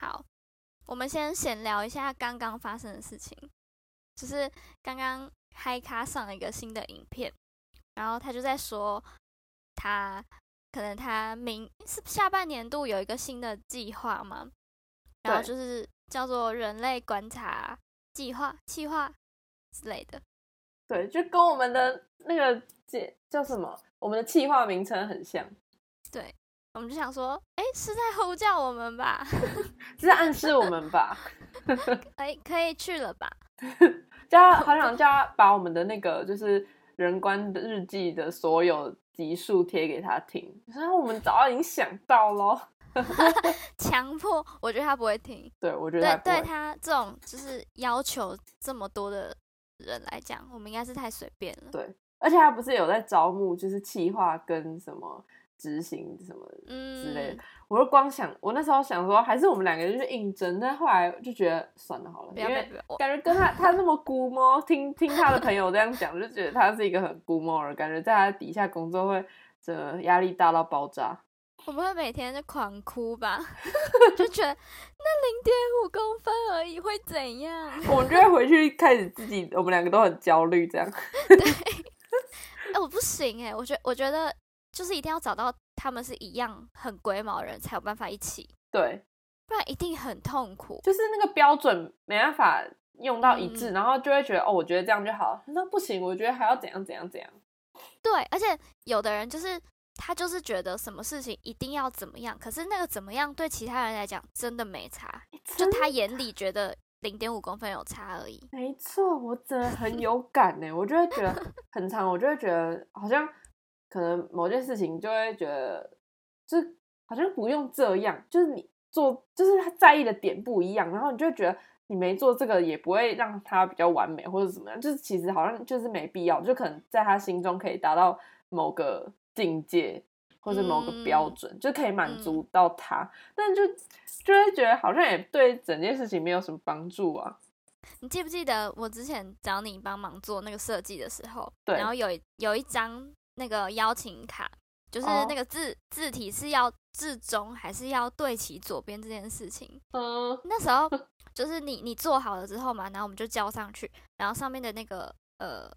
好，我们先闲聊一下刚刚发生的事情，就是刚刚嗨咖上了一个新的影片，然后他就在说他可能他明是下半年度有一个新的计划嘛，然后对就是叫做人类观察计划、计划之类的。对，就跟我们的那个叫叫什么，我们的企划名称很像，我们就想说，哎，是在呼叫我们吧？ 是暗示我们吧？哎，可以去了吧？叫他好想叫他把我们的那个就是人观的日记的所有集数贴给他听，然后我们早已经想到咯。强迫，我觉得他不会听。对，我觉对得他，不对会他这种就是要求这么多的人来讲，我们应该是太随便了。而且他不是有在招募，就是企划跟什么执行什么的之类嗯的，，我就光想，我那时候想说，还是我们两个就去应征，但后来就觉得算了好了，不因要不要为不要，我感觉跟他他那么估摸，听听他的朋友这样讲，就觉得他是一个很估摸的人，感觉在他底下工作会真的压力大到爆炸。我们会每天就狂哭 吧，就觉得那零点五公分而已会怎样？ 我们就会回去开始自己，我们两个都很焦虑，这样哎，我不行哎、我觉我觉得就是一定要找到他们是一样很龟毛的人才有办法一起，对，不然一定很痛苦。就是那个标准没办法用到一致，嗯然后就会觉得哦，我觉得这样就好，那不行，我觉得还要怎样怎样怎样。对，而且有的人就是他就是觉得什么事情一定要怎么样，可是那个怎么样对其他人来讲真的没差，就真他眼里觉得零点五公分有差而已。没错，我真的 很有感呢，我就会觉得很长，我就会觉得好像可能某件事情就会觉得，就好像不用这样，就是你做，就是他在意的点不一样，然后你就会觉得你没做这个也不会让他比较完美或者怎么样，就是其实好像就是没必要，就可能在他心中可以达到某个境界或者某个标嗯准，就可以满嗯足到他，但就就会觉得好像也对整件事情没有什么帮助啊。你记不记得我之前找你帮忙做那个设计的时候，对然后有一有一张那个邀请卡，就是哦那个字、字体是要至中还是要对齐左边这件事情，嗯，那时候就是你你做好了之后嘛，然后我们就交上去，然后上面的那个呃，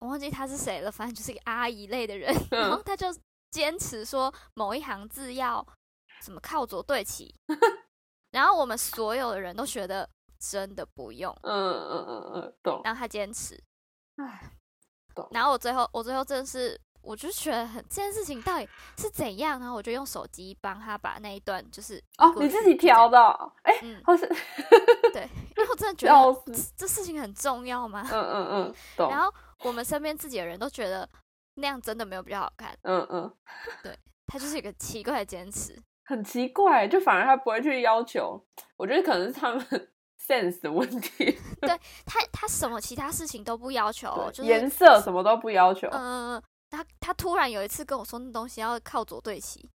我忘记他是谁了，反正就是一个阿姨类的人，嗯然后他就坚持说某一行字要什么靠左对 齐，然后我们所有的人都觉得真的不用，嗯嗯嗯嗯，懂。然后他坚持，唉，懂然后我最后我最后真的是。我就觉得很这件事情到底是怎样，然后我就用手机帮他把那一段就是哦，过你去自己调，的哦，哎、嗯，好像，对，因为我真的觉笑得死。这事情很重要吗？嗯嗯嗯，懂。然后我们身边自己的人都觉得那样真的没有比较好看，嗯嗯，他就是一个奇怪的坚持。很奇怪，就反而他不会去要求，我觉得可能是他们 sense 的问题，他他什么其他事情都不要求哦，对就是颜色什么都不要求。嗯、呃，他他突然有一次跟我说那东西要靠左对齐，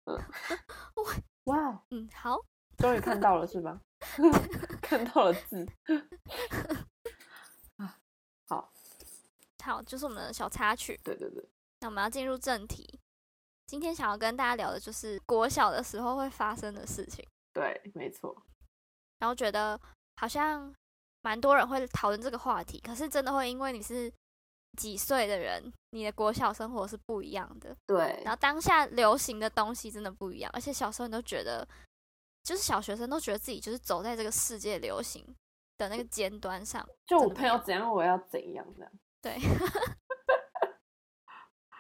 哇，哦嗯，好，终于看到了 是吧？看到了字。好，就是我们的小插曲。对对对，那我们要进入正题，今天想要跟大家聊的就是国小的时候会发生的事情，对，没错。然后觉得好像蛮多人会讨论这个话题，可是真的会因为你是几岁的人，你的国小生活是不一样的。对然后当下流行的东西真的不一样，而且小时候你都觉得，就是小学生都觉得自己就是走在这个世界流行的那个尖端上，就我真的朋没友有怎样，我要怎样这样。对。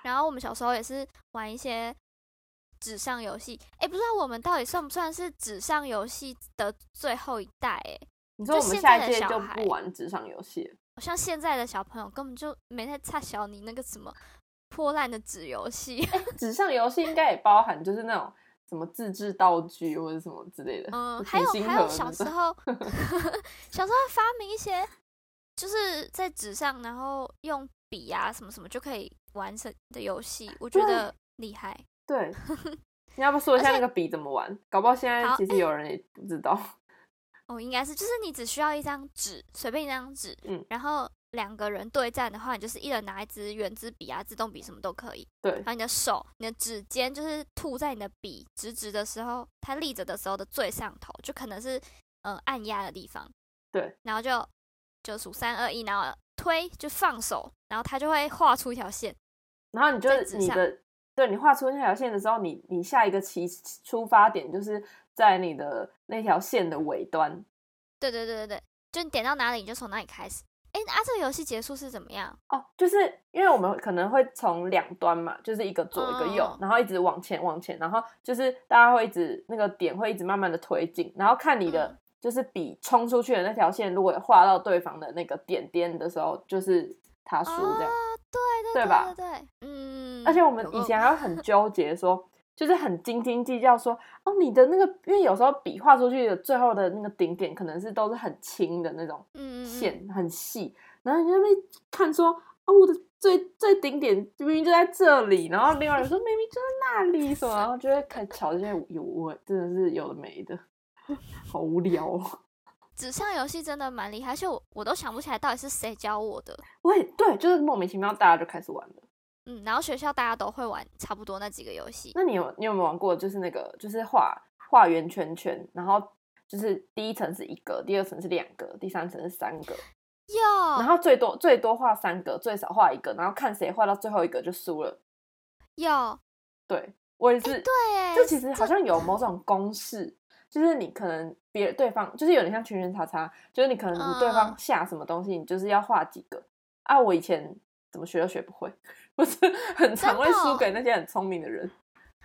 然后我们小时候也是玩一些纸上游戏，哎，不知道我们到底算不算是纸上游戏的最后一代？哎，你说我就们现下在一的届小就孩不玩纸上游戏了，好像现在的小朋友根本就没在差小你那个什么破烂的纸游戏， 纸上游戏应该也包含就是那种什么自制道具或者什么之类的。嗯，体还有心还有盒小那时种候， 小时候发明一些，就是在纸上，然后用笔啊什么什么就可以完成的游戏，我觉对得厉害。 对，你要不说一下而且那个笔怎么玩？搞不好现在好其实有人也不知道。哦，应该是，就是你只需要一张纸，随便一张纸，嗯然后两个人对战的话，你就是一人拿一支圆珠笔啊、自动笔什么都可以，对然，后你的手、你的指尖就是吐在你的笔直直的时候，它立着的时候的最上头，就可能是呃按压的地方，对，然后就就数三二一，然后推就放手，然后它就会画出一条线，然后你就在纸你上的，对你画出那条线的时候，你你下一个起出发点就是在你的那条线的尾端。对对对对对，就你点到哪里你就从哪里开始。哎，啊，这个游戏结束是怎么样？哦，就是因为我们可能会从两端嘛，就是一个左一个右，嗯然后一直往前往前，然后就是大家会一直那个点会一直慢慢的推进，然后看你的、嗯就是笔冲出去的那条线，如果有画到对方的那个点点的时候，就是他输这样。哦，对对对吧对对对，嗯。而且我们有以够前还会很纠结说。就是很斤斤计较说，哦，你的那个，因为有时候笔画出去的最后的那个顶点，可能是都是很轻的那种，嗯嗯嗯线很细，然后你在那边看说啊，我的最最顶点明明就在这里，然后另外人说明明就在那里什么，然后就会开始吵这些有我真的是有的没的， 好无聊哦。纸上游戏真的蛮厉害，而且我我都想不起来到底是谁教我的。喂，对，就是莫名其妙大家就开始玩了。嗯，然后学校大家都会玩差不多那几个游戏。那你有你有没有玩过？就是那个就是画画圆圈圈，然后就是第一层是一个，第二层是两个，第三层是三个，然有后最多最多画三个，最少画一个，然后看谁画到最后一个就输了。有，对我也是。对，就其实好像有某种公式，就是你可能别对方就是有点像圈圈叉叉，就是你可能你对嗯方下什么东西，你就是要画几个啊。我以前怎么学都学不会，我是很常会真的哦输给那些很聪明的人。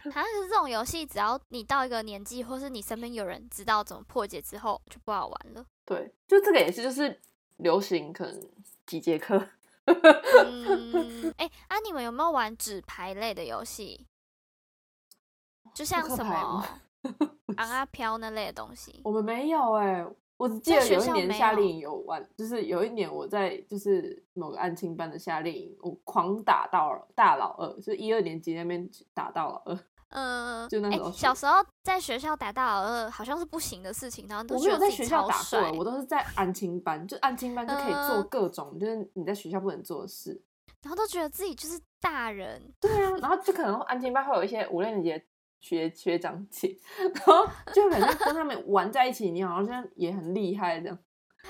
好像是这种游戏，只要你到一个年纪，或是你身边有人知道怎么破解之后，就不好玩了。对，就这个也是，就是流行可能几节课。 嗯，哎、啊，你们有没有玩纸牌类的游戏？就像扑克什牌么昂啊飘那类的东西。我们没有哎、我只记在得学有一校年没夏有令营有玩，就是有一年我在就是某个安庆班的夏令营，我狂打到大老二，就是一二年级那边打到老二。嗯，就那哎时候小学时候在学校打大老二好像是不行的事情，然后都我没觉有得在自己学校超打帅。过，我都是在安亲班，就安亲班就可以做嗯各种，就是你在学校不能做的事。然后都觉得自己就是大人，对啊，然后就可能安亲班会有一些五六年级的学学长姐，然后就可能跟他们玩在一起，你好像也很厉害这样。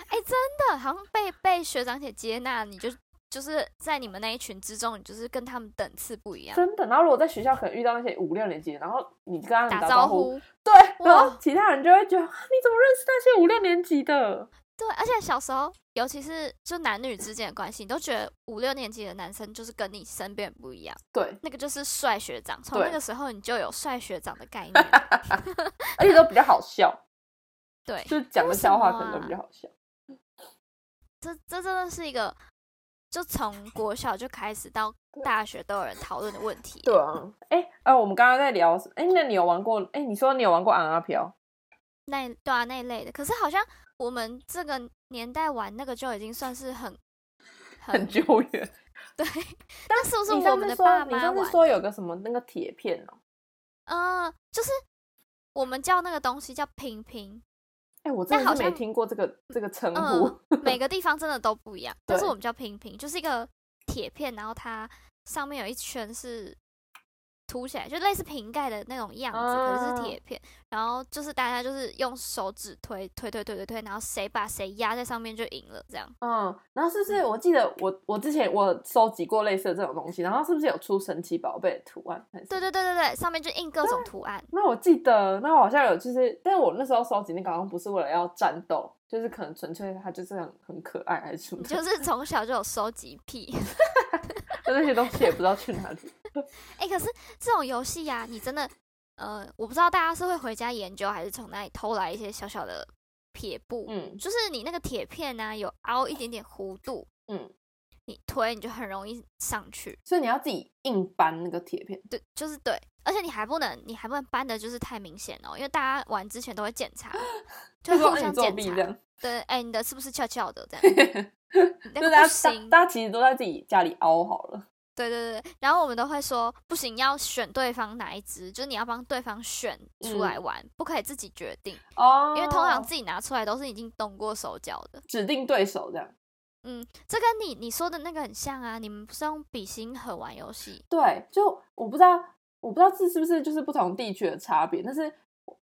哎，真的好像被被学长姐接纳，你就就是在你们那一群之中，你就是跟他们等次不一样，真的，然后如果在学校可能遇到那些五六年级的，然后你跟他们打打招呼，呼，对，然后哇其他人就会觉得啊你怎么认识那些五六年级的？对，而且小时候，尤其是就男女之间的关系，你都觉得五六年级的男生就是跟你身边不一样，对，那个就是帅学长，从对那个时候你就有帅学长的概念， 而且都比较好笑，对，就是讲的为什笑话么可能都啊比较好笑。这这真的是一个。就从国小就开始到大学都有人讨论的问题，对啊，哎、呃，我们刚刚在聊，哎、那你有玩过？哎、你说你有玩过昂阿飘？那一对啊那一类的。可是好像我们这个年代玩那个就已经算是很很久远。对，那是不是你我上们次的说，爸你妈上次玩？说有个什么那个铁片哦、呃，就是我们叫那个东西叫拼拼，哎、我真但好的是没像听过这个这个称呼。嗯，每个地方真的都不 一样，但是对我们叫拼拼，就是一个铁片，然后它上面有一圈是凸起来，就类似瓶盖的那种样子，可是啊是铁片，然后就是大家就是用手指推推推推推推，然后谁把谁压在上面就赢了，这样。嗯，然后是不是我记得我我之前我收集过类似的这种东西，然后是不是有出神奇宝贝的图案？还是对对对对对，上面就印各种图案。那我记得，那我好像有，就是，但我那时候收集那个好像不是为了要战斗，就是可能纯粹它就是很很可爱还是什么你的，就是 从小就有收集癖，但 那些东西也不知道去哪里。哎、可是这种游戏呀，你真的，呃，我不知道大家是会回家研究，还是从哪里偷来一些小小的撇布，嗯，就是你那个铁片呢、有凹一点点弧度，嗯，你推你就很容易上去，所以你要自己硬搬那个铁片。对，就是对，而且你还不能，你还不能搬的就是太明显哦，因为大家玩之前都会检查， 就说互哎相你作检弊查这，样，对，哎、你的是不是翘翘的这样， 你那就个大不家大行，大家其实都在自己家里凹好了。对对对，然后我们都会说不行，要选对方哪一只，就是你要帮对方选出来玩，不可以自己决定，嗯哦因为通常自己拿出来都是已经动过手脚的。指定对手这样。嗯，这跟你你说的那个很像啊，你们不是用笔芯盒玩游戏？对，就我不知道，我不知道这是不是就是不同地区的差别，但是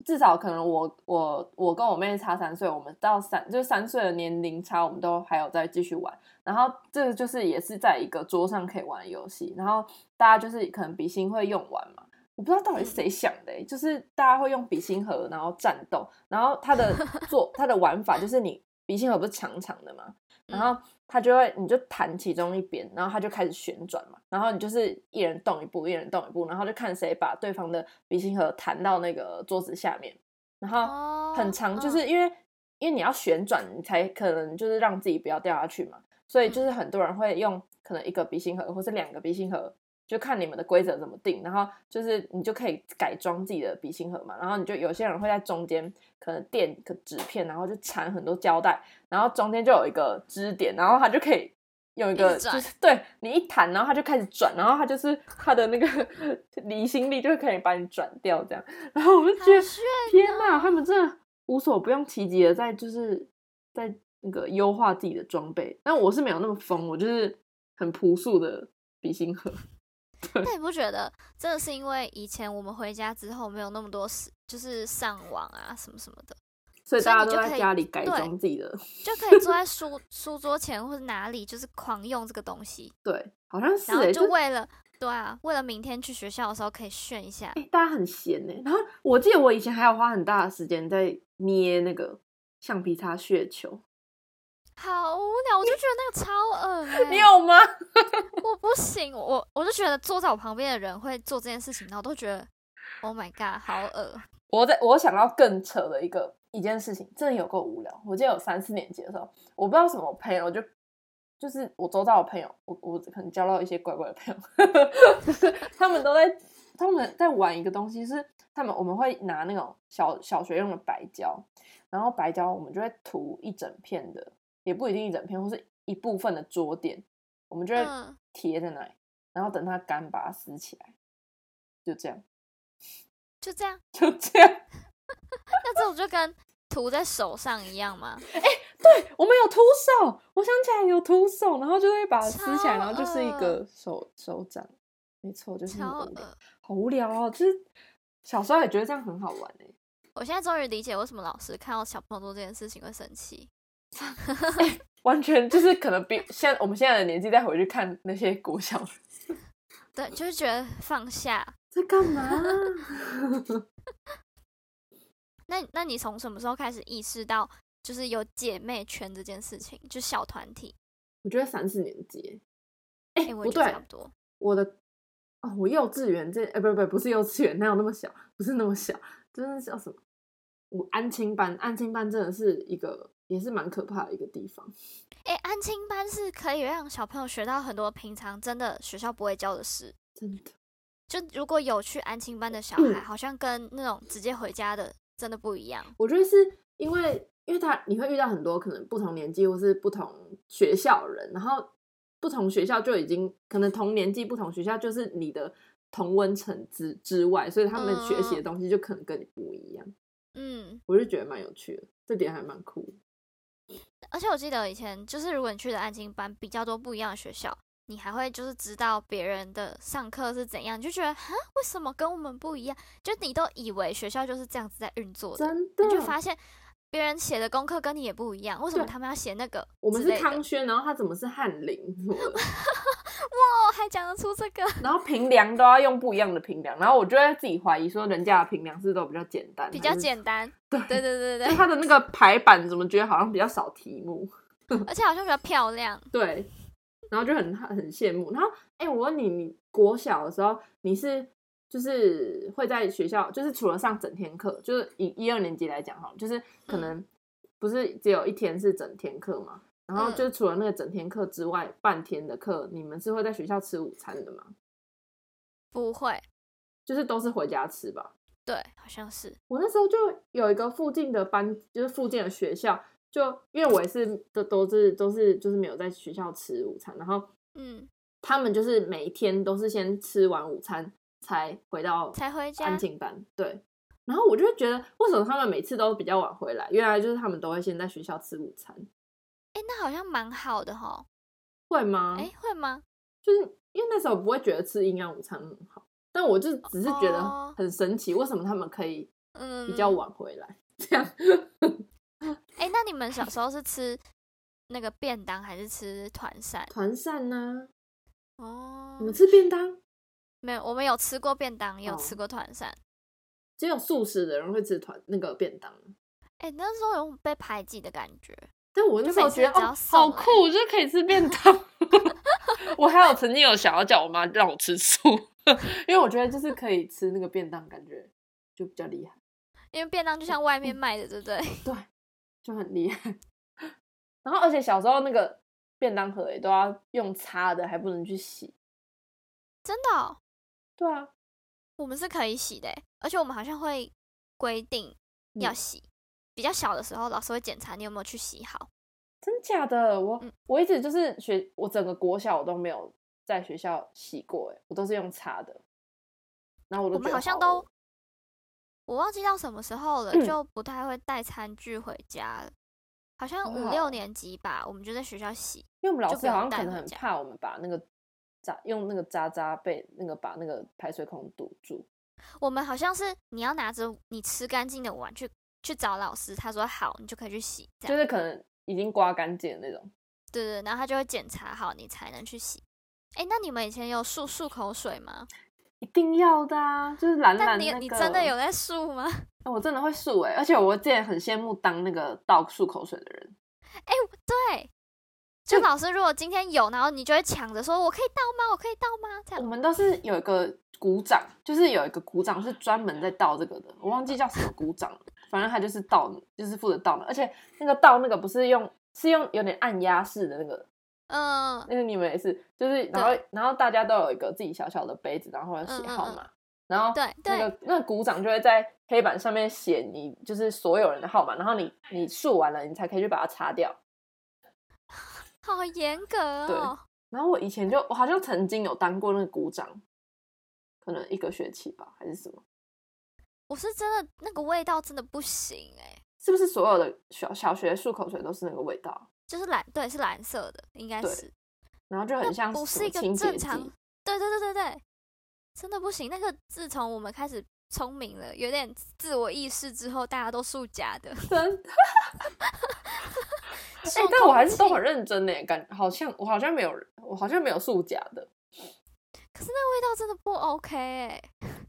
至少可能我我我跟我妹差三岁，我们到三就是三岁的年龄差，我们都还有在继续玩。然后这个就是也是在一个桌上可以玩的游戏，然后大家就是可能笔芯会用完嘛，我不知道到底是谁想的、欸，就是大家会用笔芯盒然后战斗，然后它的做它的玩法就是你笔芯盒不是长长的嘛，然后它就会你就弹其中一边，然后它就开始旋转嘛，然后你就是一人动一步，一人动一步，然后就看谁把对方的笔芯盒弹到那个桌子下面，然后哦，很长，就嗯是因 为、因为你要旋转，你才可能就是让自己不要掉下去嘛，所以就是很多人会用可能一个笔芯盒或是两个笔芯盒，就看你们的规则怎么定，然后就是你就可以改装自己的笔芯盒嘛，然后你就有些人会在中间可能垫个纸片，然后就缠很多胶带，然后中间就有一个支点，然后它就可以。有一一个直就转是对你一弹，然后它就开始转，然后它就是它的那个 离心力就会可以把你转掉这样，然后我就觉得好炫天呐，他们真的无所不用其极的在就是在那个优化自己的装备。但我是没有那么疯，我就是很朴素的笔芯盒。但你不觉得真的是因为以前我们回家之后没有那么多时，就是上网啊什么什么的，所以大家所以你都就在可以家里改对装自己的，就可以坐在书书桌前或者哪里，就是狂用这个东西，对，好像是然哎、后欸，就就为了对啊，为了明天去学校的时候可以炫一下。哎、大家很闲哎、然后我记得我以前还有花很大的时间在捏那个橡皮擦雪球，好无聊，我就觉得那个超恶、欸。 你有吗？我不行，我我就觉得坐在我旁边的人会做这件事情，然后我都觉得，Oh my god，好恶。我在我想到更扯的一个一件事情，真的有够无聊。我记得有三四年级的时候，我不知道什么朋友就就是我周遭的朋友，我我可能交到一些怪怪的朋友， 就是他们都在他们在玩一个东西，是他们我们会拿那种小小学用的白胶，然后白胶我们就会涂一整片的，也不一定一整片，或是一部分的桌垫，我们就会嗯贴在那里，然后等它干把它撕起来，就这样，就这样，就这样。那这种就跟涂在手上一样吗？我们有徒手，我想起来有徒手，然后就会把它撕起来，超然后就是一个手手掌，没错，就是那超么无聊，恶。好无聊哦！就是小时候也觉得这样很好玩哎、我现在终于理解为什么老师看到小朋友做这件事情会生气。完全就是可能比现在我们现在的年纪再回去看那些国小 对，就是觉得放下。在干嘛，那那你从什么时候开始意识到，就是有姐妹圈这件事情，就小团体？我觉得三四年级欸， 哎、我不也觉得对差不多。我的哦，我幼稚园这哎、不不不是幼稚园，哪有那么小？不是那么小，真的叫什么？我安亲班，安亲班真的是一个也是蛮可怕的一个地方。哎、安亲班是可以让小朋友学到很多平常真的学校不会教的事。真的，就如果有去安亲班的小嗯孩，好像跟那种直接回家的真的不一样。我觉得是因为，因为他你会遇到很多可能不同年纪或是不同学校的人，然后不同学校就已经可能同年纪不同学校就是你的同温层之之外，所以他们嗯学习的东西就可能跟你不一样。嗯，我就觉得蛮有趣的，这点还蛮酷的。而且我记得以前就是，如果你去的安亲班比较多不一样的学校，你还会就是知道别人的上课是怎样，你就觉得哈，为什么跟我们不一样？就你都以为学校就是这样子在运作的，真的，你就发现别人写的功课跟你也不一样，为什么对他们要写那个？我们之是类的康轩，然后他怎么是翰林什么 的，哇，哦还讲得出这个？然后平量都要用不一样的平量，然后我就会自己怀疑说人家的平量是不是都比较简单，比较还是，简单，嗯对对对对 就他的那个排版怎么觉得好像比较少题目。对，而且好像比较漂亮。对，然后就很很羡慕。然后，哎、我问你，你国小的时候你是就是会在学校，就是除了上整天课，就是以一二年级来讲哈，就是可能不是只有一天是整天课嘛？然后嗯就除了那个整天课之外，半天的课，你们是会在学校吃午餐的吗？不会，就是都是回家吃吧？对，好像是，我那时候就有一个附近的班，就是附近的学校，就因为我也是都都是都是就是没有在学校吃午餐，然后嗯，他们就是每天都是先吃完午餐才回到才回家。安静班，对。然后我就会觉得，为什么他们每次都比较晚回来？原来就是他们都会先在学校吃午餐，哎、那好像蛮好的哈。会吗？哎、会吗？就是因为那时候不会觉得吃营养午餐很好，但我就只是觉得哦很神奇，为什么他们可以嗯，比较晚回来，这样。哎、那你们 小时候是吃那个便当还是吃团扇？团扇呢？哦你，们吃便当？没有，我们有吃过便当，也有哦吃过团扇。只有素食的人会吃团那个便当，啊哎、那时候有被排挤的感觉。但我那时候觉得就每哦，次只要送好来酷，就是可以吃便当。 我还有曾经有想要叫我妈让我吃素， 因为我觉得就是可以吃那个便当，感觉就比较厉害，因为便当就像外面卖的，对不对？ 就很厉害。 然后而且小时候那个便当盒也都要用擦的，还不能去洗。真的哦、对啊，我们是可以洗的欸，而且我们好像会规定要嗯洗。比较小的时候，老师会检查你有没有去洗好。真假的？我、嗯我一直就是学我整个国小我都没有在学校洗过、欸，我都是用擦的。然后我都我觉们得好像恶都，我忘记到什么时候了，哦嗯就不太会带餐具回家了。好像好五好六哦年级吧，我们就在学校洗。因为我们老就不师用好像带可能回很家怕我们把那个渣用那个渣渣被那个把那个排水孔堵住。我们好像是你要拿着你吃干净的碗去去找老师，他说好，你就可以去洗。这就样是可能已经刮干净的那种。对对，对然后他就会检查好，你才能去洗。哎，那你们以前有漱漱口水吗？一定要的啊，就是懒但懒、你那个。你真的有？在漱吗？我真的会漱哎、而且我之前很羡慕当那个倒漱口水的人。哎、对，就老师如果今天有，然后你就会抢着说：“我可以倒吗？我可以倒吗？”这我样，们都是有一个鼓掌，就是有一个鼓掌是专门在倒这个的，我忘记叫什么鼓掌了，反正他就是倒，就是负责倒的。而且那个倒那个不是用，是用有点按压式的那个嗯，那个你们也是，就是然后然后大家都有一个自己小小的杯子，然后嗯写嗯号嗯码，然后对那对个那个鼓掌就会在黑板上面写你就是所有人的号码，然后你你数完了，你才可以去把它擦掉。好严格哦。然后我以前就我好像曾经有当过那个鼓掌，可能一个学期吧还是什么，我是真的那个味道真的不行哎、是不是所有的小小学漱口水都是那个味道？就是蓝，对，是蓝色的，应该对是，然后就那很像不什是么一个清洁正剂常，对对对对对，真的不行。那个自从我们开始聪明了，有点自我意识之后，大家都素假的。 真的。哎、漱啊但我口还是都气很认真呢，感好像我好像没有我好像没有漱假的。可是那个味道真的不 OK 哎、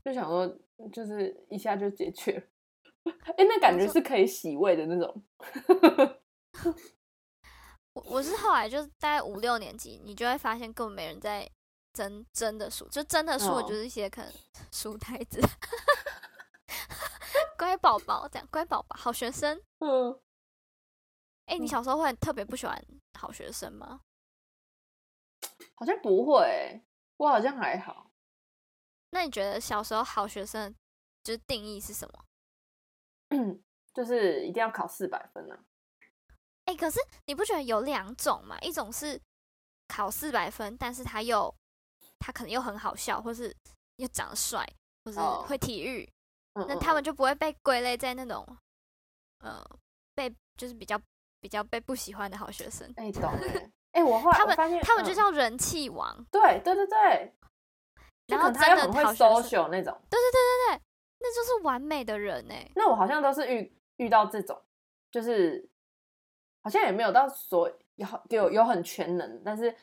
就想说，就是一下就解决了。 哎、那感觉是可以洗胃的那种，我我是后来就是大概五六年级，你就会发现根本没人在真真的数，就真的数哦就是一些可能书呆子、 乖宝宝这样，乖宝宝、好学生。嗯，哎、你嗯小时候会特别不喜欢好学生吗？好像不会、欸，我好像还好。那你觉得小时候好学生的就是定义是什么？就是一定要考四百分啊！哎、可是你不觉得有两种吗？一种是考四百分，但是他又他可能又很好笑，或是又长得帅，或是哦会体育，嗯那他们嗯就不会被归类在那种，呃，被就是比较比较被不喜欢的好学生。嗯哎、懂哎、 欸，哎、我后来他我们发现他们就嗯叫人气王，对对对对，就然可后能他真又的很会好学生， social 那种。对对对对对，那就是完美的人哎、那我好像都是遇遇到这种，就是好像也没有到所有有有很全能，但是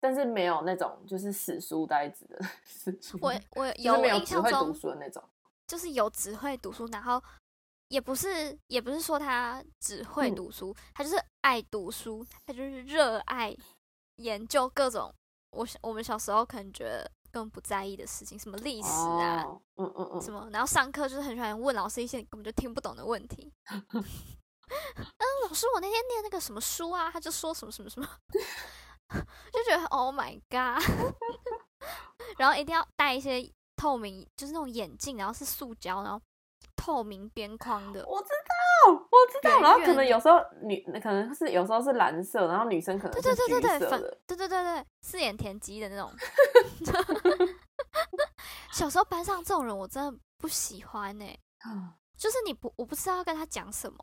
但是没有那种就是死书呆子的 死书我呆子我嗯就有是我没有印只象会读中书的那种。就是有只会读书，然后也不是也不是说他只会嗯读书，他就是爱读书，他就是热爱研究各种我小我们小时候可能觉得根本不在意的事情，什么历史啊，哦，嗯嗯嗯，什么，然后上课就是很喜欢问老师一些根本就听不懂的问题。嗯，老师，我那天念那个什么书啊，他就说什么什么 什么，就觉得 Oh my god，然后一定要戴一些透明，就是那种眼镜，然后是塑胶，然后透明边框的，我知道，我知道。圆然后圆可能有时候女，可能是有时候是蓝色，然后女生可能对是对对橘对色对，粉的。，对对对对，四眼田鸡的那种。 小时候班上这种人，我真的不喜欢呢、啊就是你不，我不知道要跟他讲什么，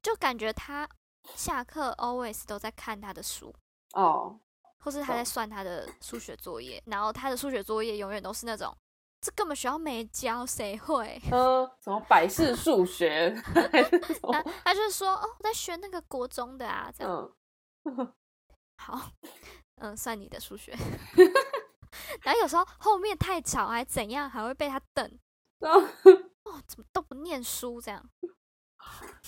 就感觉他下课 always 都在看他的书，哦，或是他在懂算他的数学作业，然后他的数学作业永远都是那种这根本学校没教，谁会？ 呃，什么百事数学，还是什么他他就说哦，我在学那个国中的啊，这样嗯，好， 嗯，算你的数学。 然后有时候后面太吵还怎样，还会被他瞪然后 哦，怎么都不念书这样。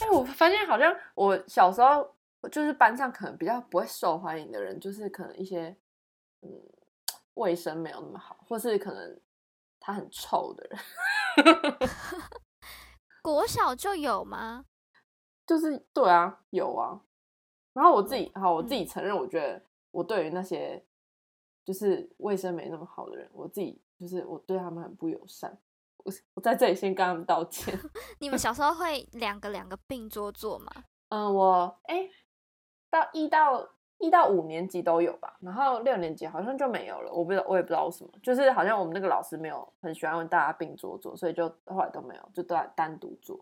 哎，我发现好像我小时候就是班上可能比较不会受欢迎的人，就是可能一些嗯卫生没有那么好，或是可能他很臭的人，国小就有吗？就是对啊，有啊。然后我自己好，我自己承认，我觉得我对于那些就是卫生没那么好的人，我自己就是我对他们很不友善。我我在这里先跟他们道歉。你们小时候会两个两个并桌坐吗？嗯，我哎，到一到一到五年级都有吧，然后六年级好像就没有了，我不知道，我也不知道为什么，就是好像我们那个老师没有很喜欢大家并桌坐，所以就后来都没有，就都在单独坐。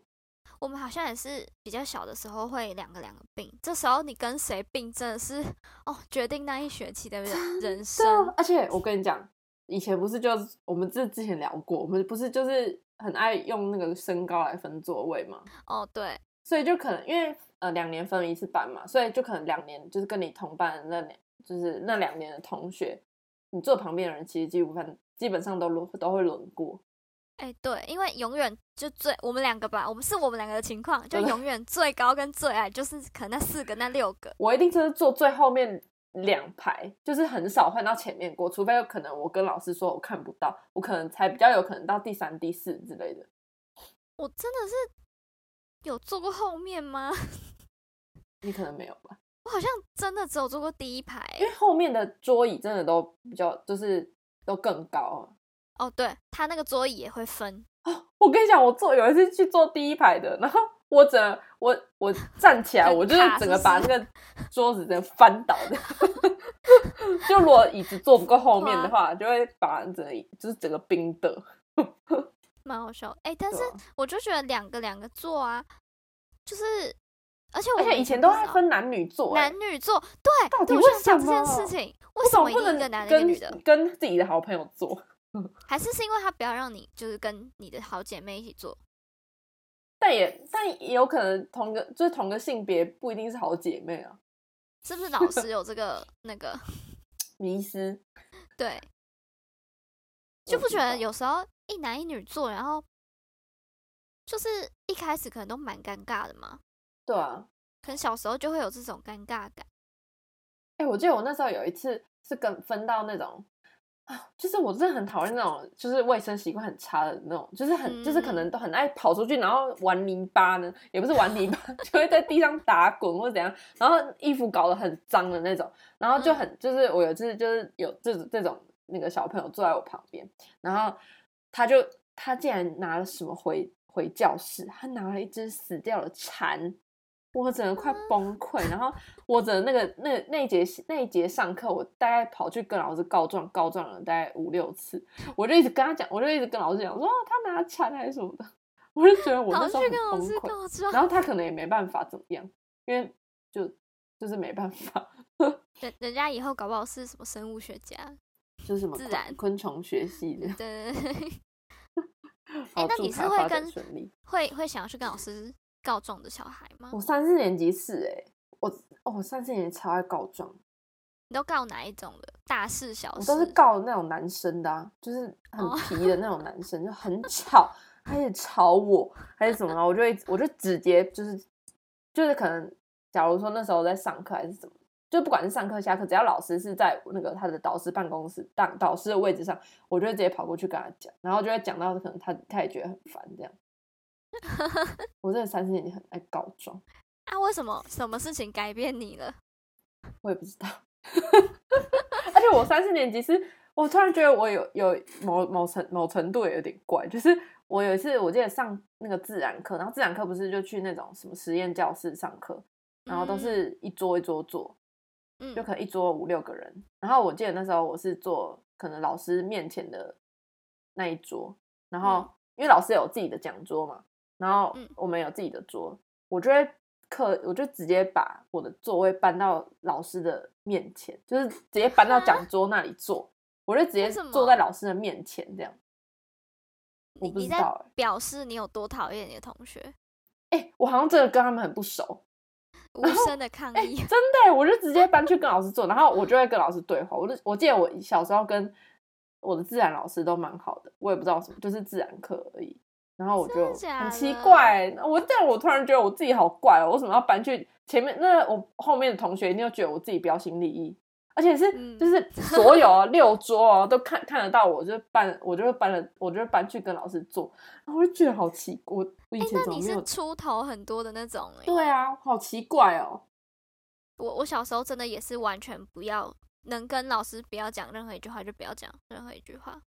我们好像也是比较小的时候会两个两个并，这时候你跟谁并真的是哦，决定那一学期的人人对啊生。而且我跟你讲，以前不是就是我们这之前聊过，我们不是就是很爱用那个身高来分座位吗？哦，对，所以就可能因为呃两年分一次班嘛，所以就可能两年就是跟你同班的那两就是那两年的同学，你坐旁边的人其实基本基本上都轮都会轮过，哎，对，因为永远就最我们两个吧，我们是我们两个的情况，就对永远最高跟最矮就是可能那四个那六个。我一定就是坐最后面两排，就是很少换到前面过，除非有可能我跟老师说我看不到，我可能才比较有可能到第三、第四之类的。我真的是有坐过后面吗？ 你可能没有吧，我好像真的只有坐过第一排欸。因为后面的桌椅真的都比较，就是都更高啊。哦，对，他那个桌椅也会分，我跟你讲，我坐有一次去坐第一排的，然后我整个我我站起来，很我就是卡整是个不把是那个桌子整个翻倒的。 就如果椅子坐不够后面的话，就会把整个椅就是整个冰的。蛮好笑的。哎，但是对啊我就觉得两个两个坐啊，就是，而且我啊而且们以前不都知爱道分男女坐、欸，男女坐，到对，底对，我为就想什讲这件事么情，为为什什么么一不定能一个男的，一个女的跟？跟自己的好朋友坐？还是是因为他不要让你就是跟你的好姐妹一起坐？但也但也有可能同个就是同个性别不一定是好姐妹啊，是不是老师有这个那个？迷失对，就不觉得。我知道有时候一男一女坐，然后就是一开始可能都蛮尴尬的嘛，对啊，可能小时候就会有这种尴尬感。哎、我记得我那时候有一次是跟分到那种啊，就是我真的很讨厌那种就是卫生习惯很差的那种，就是很、就是可能都很爱跑出去，然后玩泥巴呢，也不是玩泥巴， 就会在地上打滚或怎样，然后衣服搞得很脏的那种，然后就嗯很、就是我有一次就是有这种这种那个小朋友坐在我旁边，然后他就他竟然拿了什么回回教室，他拿了一只死掉的蝉，我整个快崩溃。然后我整个那个那那一节那一节上课，我大概跑去跟老师告状，告状了大概五六次，我就一直跟他讲，我就一直跟老师讲说、哦、他拿蝉还是什么的， 我就觉得我跑那去时候很跟老崩师溃。告状，然后他可能也没办法怎么样，因为就就是没办法，人人家以后搞不好是什么生物学家，就是什么自昆然昆虫学系的。对 对对，好哎那祝你是他会发展跟顺利。会会想要去跟老师告状的小孩吗？我三四年级是哎、我哦，我三四年级超爱告状，你都告哪一种的？大事小我事？都是告那种男生的、啊，就是很哦皮的那种男生，就很吵，他一直吵我，还是怎么了，我就会我就直接就是就是可能，假如说那时候在上课还是怎么。就不管是上课下课，只要老师是在那个他的导师办公室当导师的位置上，我就会直接跑过去跟他讲，然后就会讲到可能他他也觉得很烦这样。我真的三四年级很爱告状，啊，为什么什么事情改变你了？我也不知道。 而且我三四年级是，我突然觉得我有有某某程某程度也有点怪，就是我有一次我记得上那个自然课，然后自然课不是就去那种什么实验教室上课，然后都是一桌一桌坐，嗯，就可能一桌五六个人。然后我记得那时候我是坐可能老师面前的那一桌，然后、嗯因为老师有自己的讲桌嘛，然后嗯我们有自己的桌，我就会课我就直接把我的座位搬到老师的面前，就是直接搬到讲桌那里坐，我就直接为什么坐在老师的面前这样。我不你知在道欸表示你有多讨厌你的同 学，哎、欸我好像真的跟他们很不熟，无声的抗哎、议。真的欸、我就直接搬去跟老师坐，然后我就会跟老师对话。我就我记得我小时候跟我的自然老师都蛮好的，我也不知道什么，就是自然课而已。然后我真就的假很奇的怪欸、我但我突然觉得我自己好怪哦、我为什么要搬去前面？那我后面的同学一定会觉得我自己标新立异，而且是嗯就是 所有哦六桌哦都看看得到我，就搬我就搬了，我就搬去跟老师坐，然后我就觉得好奇，我我以哎、前那怎么你没有？是出头很多的那种哎、对啊，好奇怪哦、我我小时候真的也是完全不要，能跟老师不要讲任何一句话就不要讲任何一句 话，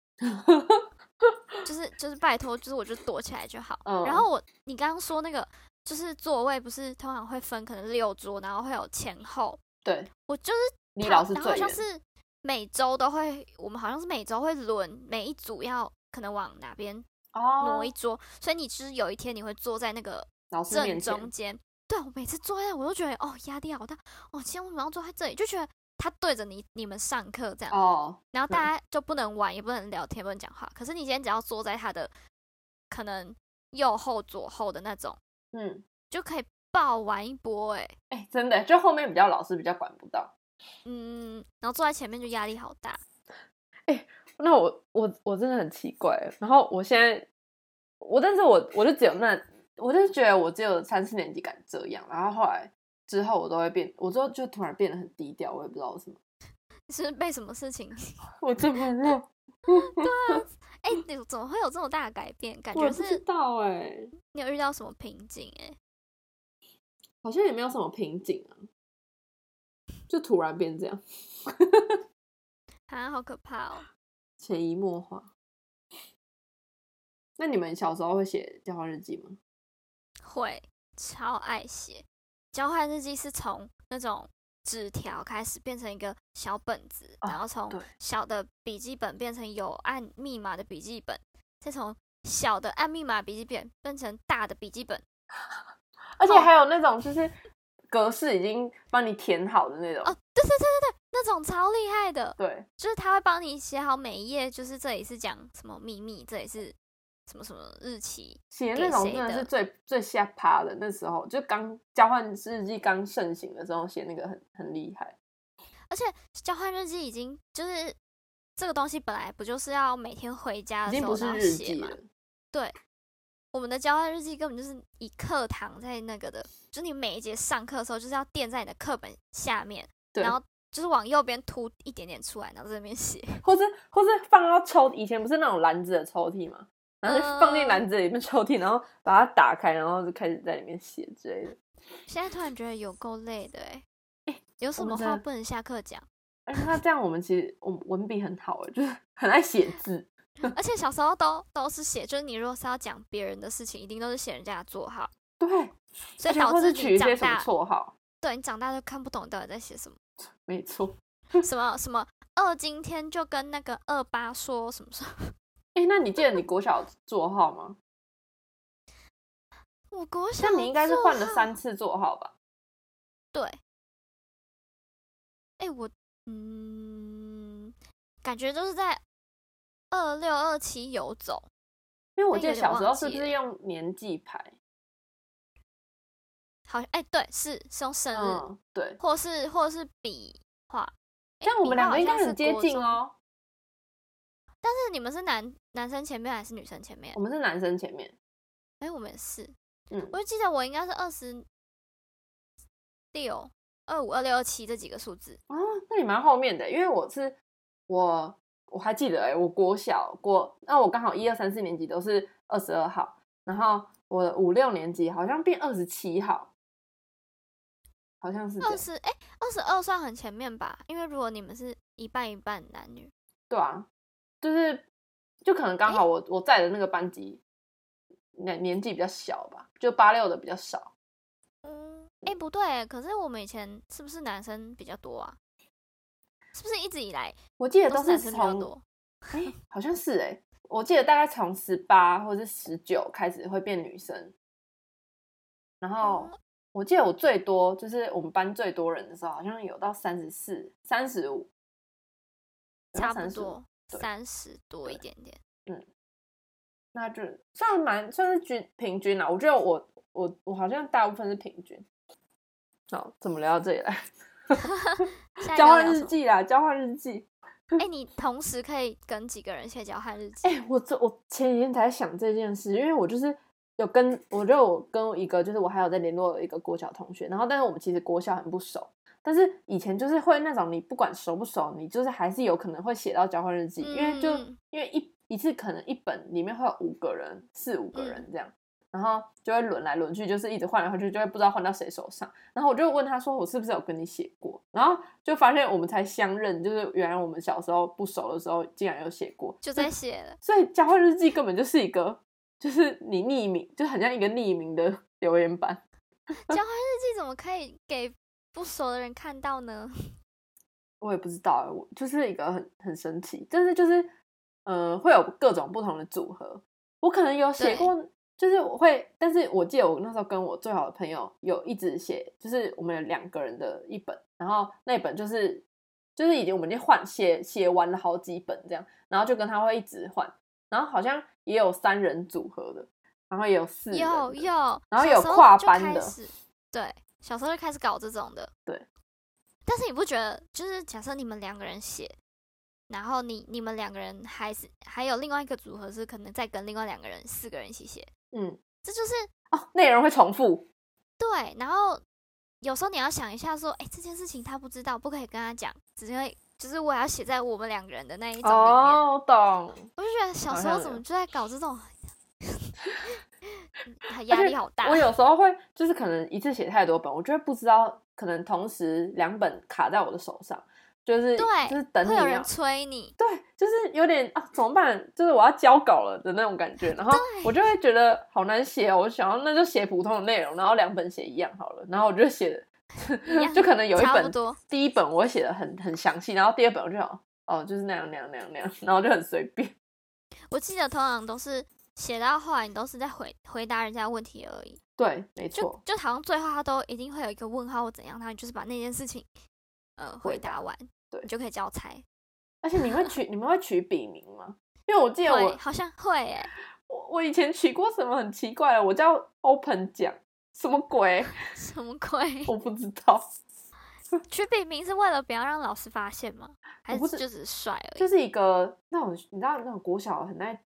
就是就是拜托，就是我就躲起来就好。嗯然后我你刚刚说那个就是座位不是通常会分可能六桌，然后会有前后，对，我就是离讨老师然后好最像远。是每周都会，我们好像是每周会轮每一组要可能往哪边哦挪一，桌，所以你就是有一天你会坐在那个老师面正前中间。对我每次坐在那，我都觉得哦压力好大，哦今天为什么要坐在这里？就觉得他对着你你们上课这样，哦，然后大家就不能玩，也不能聊天，不能讲话。可是你今天只要坐在他的可能右后左后的那种，嗯，就可以爆玩一波哎、哎、真的，就后面比较老师比较管不到。嗯，然后坐在前面就压力好大。那我我我真的很奇怪，然后我现在我，但是我我就只有那，我就觉得我只有三四年级敢这样，然后后来之后我都会变，我之后就突然变得很低调，我也不知道为什么，你是不是被什么事情？ 我真不知 道，哎、你怎么会有这么大的改变？感嗯我也觉不知是道哎、你有遇到什么瓶颈哎、好像也没有什么瓶颈啊，就突然变这样，啊，好可怕哦！潜移默化。那你们小时候会写交换日记吗？会超爱写。交换日记是从那种纸条开始变成一个小本子，哦然后从对小的笔记本变成有按密码的笔记本，再从小的按密码笔记本变成大的笔记本。而哦且还有那种就是格式已经帮你填好的那种，哦，对对对对对，那种超厉害的，对，就是他会帮你写好每一页，就是这里是讲什么秘密，这里是什么什么日期，写给那种谁真的是的最最下趴的。那时候就刚交换日记刚盛行的时候，写那个很很厉害。而且交换日记已经就是这个东西本来不就是要每天回家的已经时不候是然后日写记嘛了？，我们的交换日记根本就是以课堂在那个的，就是你每一节上课的时候就是要垫在你的课本下面，对然后就是往右边凸一点点出来，然后在那边写。 或是或是放到抽，以前不是那种篮子的抽屉嘛，然后就放进嗯篮子里面抽屉，然后把它打开，然后就开始在里面写之类的。现在突然觉得有够累的哎、有什我么们话真的不能下课 讲？而哎且那这样我们其实我们文笔很好，欸就是很爱写字。而且小时候都都是写，就是你如果是要讲别人的事情，一定都是写人家的座号，对，所而以且导或致是取你一些长什么大，绰号，对你长大就看不懂你到底在写什 么。没错。什么什么二今天就跟那个二八说什么什么，哎、那你记得你国小座 号吗？我国小那你应该是座换了号三次座号吧？对。哎、我嗯，感觉就是在二六二七游走，因为我那记得有点小时候忘是不记是了用年纪排？好像哎、对，是是用生日，嗯，对。或是或是笔画。这样我们两个应该很接近哦。哦。但是你们是男男生前面还是女生前面我？们是男生前面，哎、我们也是，嗯我，就记得我应该是二十六、二五、二六、二七这几个数字。啊，那你蛮后面的，因为我是我我还记得哎、我国小国，那我刚好一二三四年级都是二十二号，然后我五六年级好像变二十七号，好像是这二样，十哎，二十二算很前面吧？因为如果你们是一半一半男女，对啊，就是就可能刚好我我在的那个班级年年纪比较小吧，就八六的比较少。嗯，哎、不对，可是我们以前是不是男生比较多啊？是不是一直以来我记得都都是男是生比较从多？哎、好像是哎、我记得大概从十八或者十九开始会变女生，然后嗯我记得我最多就是我们班最多人的时候，好像有到三十四、三十五，差不多对三十多一对 点点。嗯，那就算蛮算是均平均啦。我觉得我我我好像大部分是平均。好，怎么聊到这里来？下一交个要换聊日什么？记啦，交换日记。哎、你同时可以跟几个人写交换日记？哎、我这我前几天才想这件事，因为我就是有跟，我就有跟一个，就是我还有在联络一个国小同学，然后但是我们其实国小很不熟，但是以前就是会那种你不管熟不熟，你就是还是有可能会写到交换日记，因为就嗯因为一一次可能一本里面会有五个人，四五个嗯人这样。然后就会轮来轮去，就是一直换来换去，就会不知道换到谁手上。然后我就问他说：“我是不是有跟你写过？”然后就发现我们才相认，就是原来我们小时候不熟的时候，竟然有写过。就在写 了。所以交换日记根本就是一个，就是你匿名，就很像一个匿名的 留言板。交换日记怎么可以给不熟的人看到呢？我也不知道欸，我就是一个很很神奇，但是就是，呃，会有各种不同的组合。我可能有写对过，就是我会，但是我记得我那时候跟我最好的朋友有一直写，就是我们有两个人的一本，然后那本就是就是已经我们已经换写写完了好几本这样，然后就跟他会一直换，然后好像也有三人组合的，然后也有四人的有有，然小后有时候跨就班开的始对，小时候就开始搞这种的。对，但是你不觉得，就是假设你们两个人写，然后你你们两个人还是还有另外一个组合是可能再跟另外两个人四个人一起写，嗯，这就是哦，内容会重复，对。然后有时候你要想一下说，哎，这件事情他不知道，不可以跟他讲，只会就是我要写在我们两个人的那一种里面。哦，我懂。我就觉得小好时像候怎有么就在搞这种，很压力好大。我有时候会就是可能一次写太多本，我就会不知道，可能同时两本卡在我的手上，就是对，就是等会有你人要催你，对，就是有点啊怎么办？就是我要交稿了的那种感觉，然后我就会觉得好难写哦。我想要那就写普通的内容，然后两本写一样好了，然后我 就写一样就可能有一差不本多。第一本我写的很很详细，然后第二本我就想哦就是那样那样那样那样，然后就很随便。我记得通常都是写到后来，你都是在回回答人家问题而已，对，没就错，就好像最后他都一定会有一个问号或怎样，他就是把那件事情呃回回答完，对你就可以交差。而且你会取你们会取笔名吗？因为我记得我对，好像会欸诶，我我以前取过什么很奇怪的，我叫 Open 奖，什么鬼？什么鬼？我不知 道，取笔名是为了不要让老师发现吗？还不是知就只是帅而已？就是一个那种你知道那种国小很爱，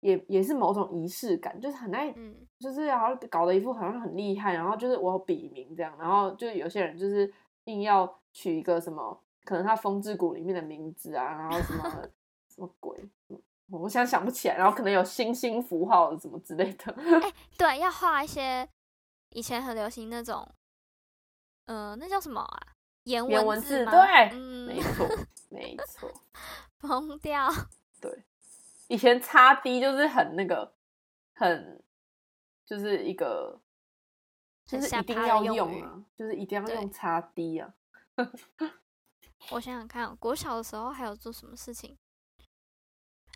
也也是某种仪式感，就是很爱，嗯，就是好像搞得一副好像很厉害，然后就是我有笔名这样，然后就有些人就是硬要取一个什么，可能他《风之谷》里面的名字啊，然后什么 什么鬼。嗯我我现在想不起来，然后可能有星星符号什么之类的，对，要画一些以前很流行那种，呃，那叫什么啊？颜颜文字字吗？对没嗯，错，没错。疯掉。以前叉 D 就是很那个，很就是一个，就很是下一定趴的要用用语啊，就是一定要对用叉 D 啊。我想想看哦，国小的时候还有做什么事情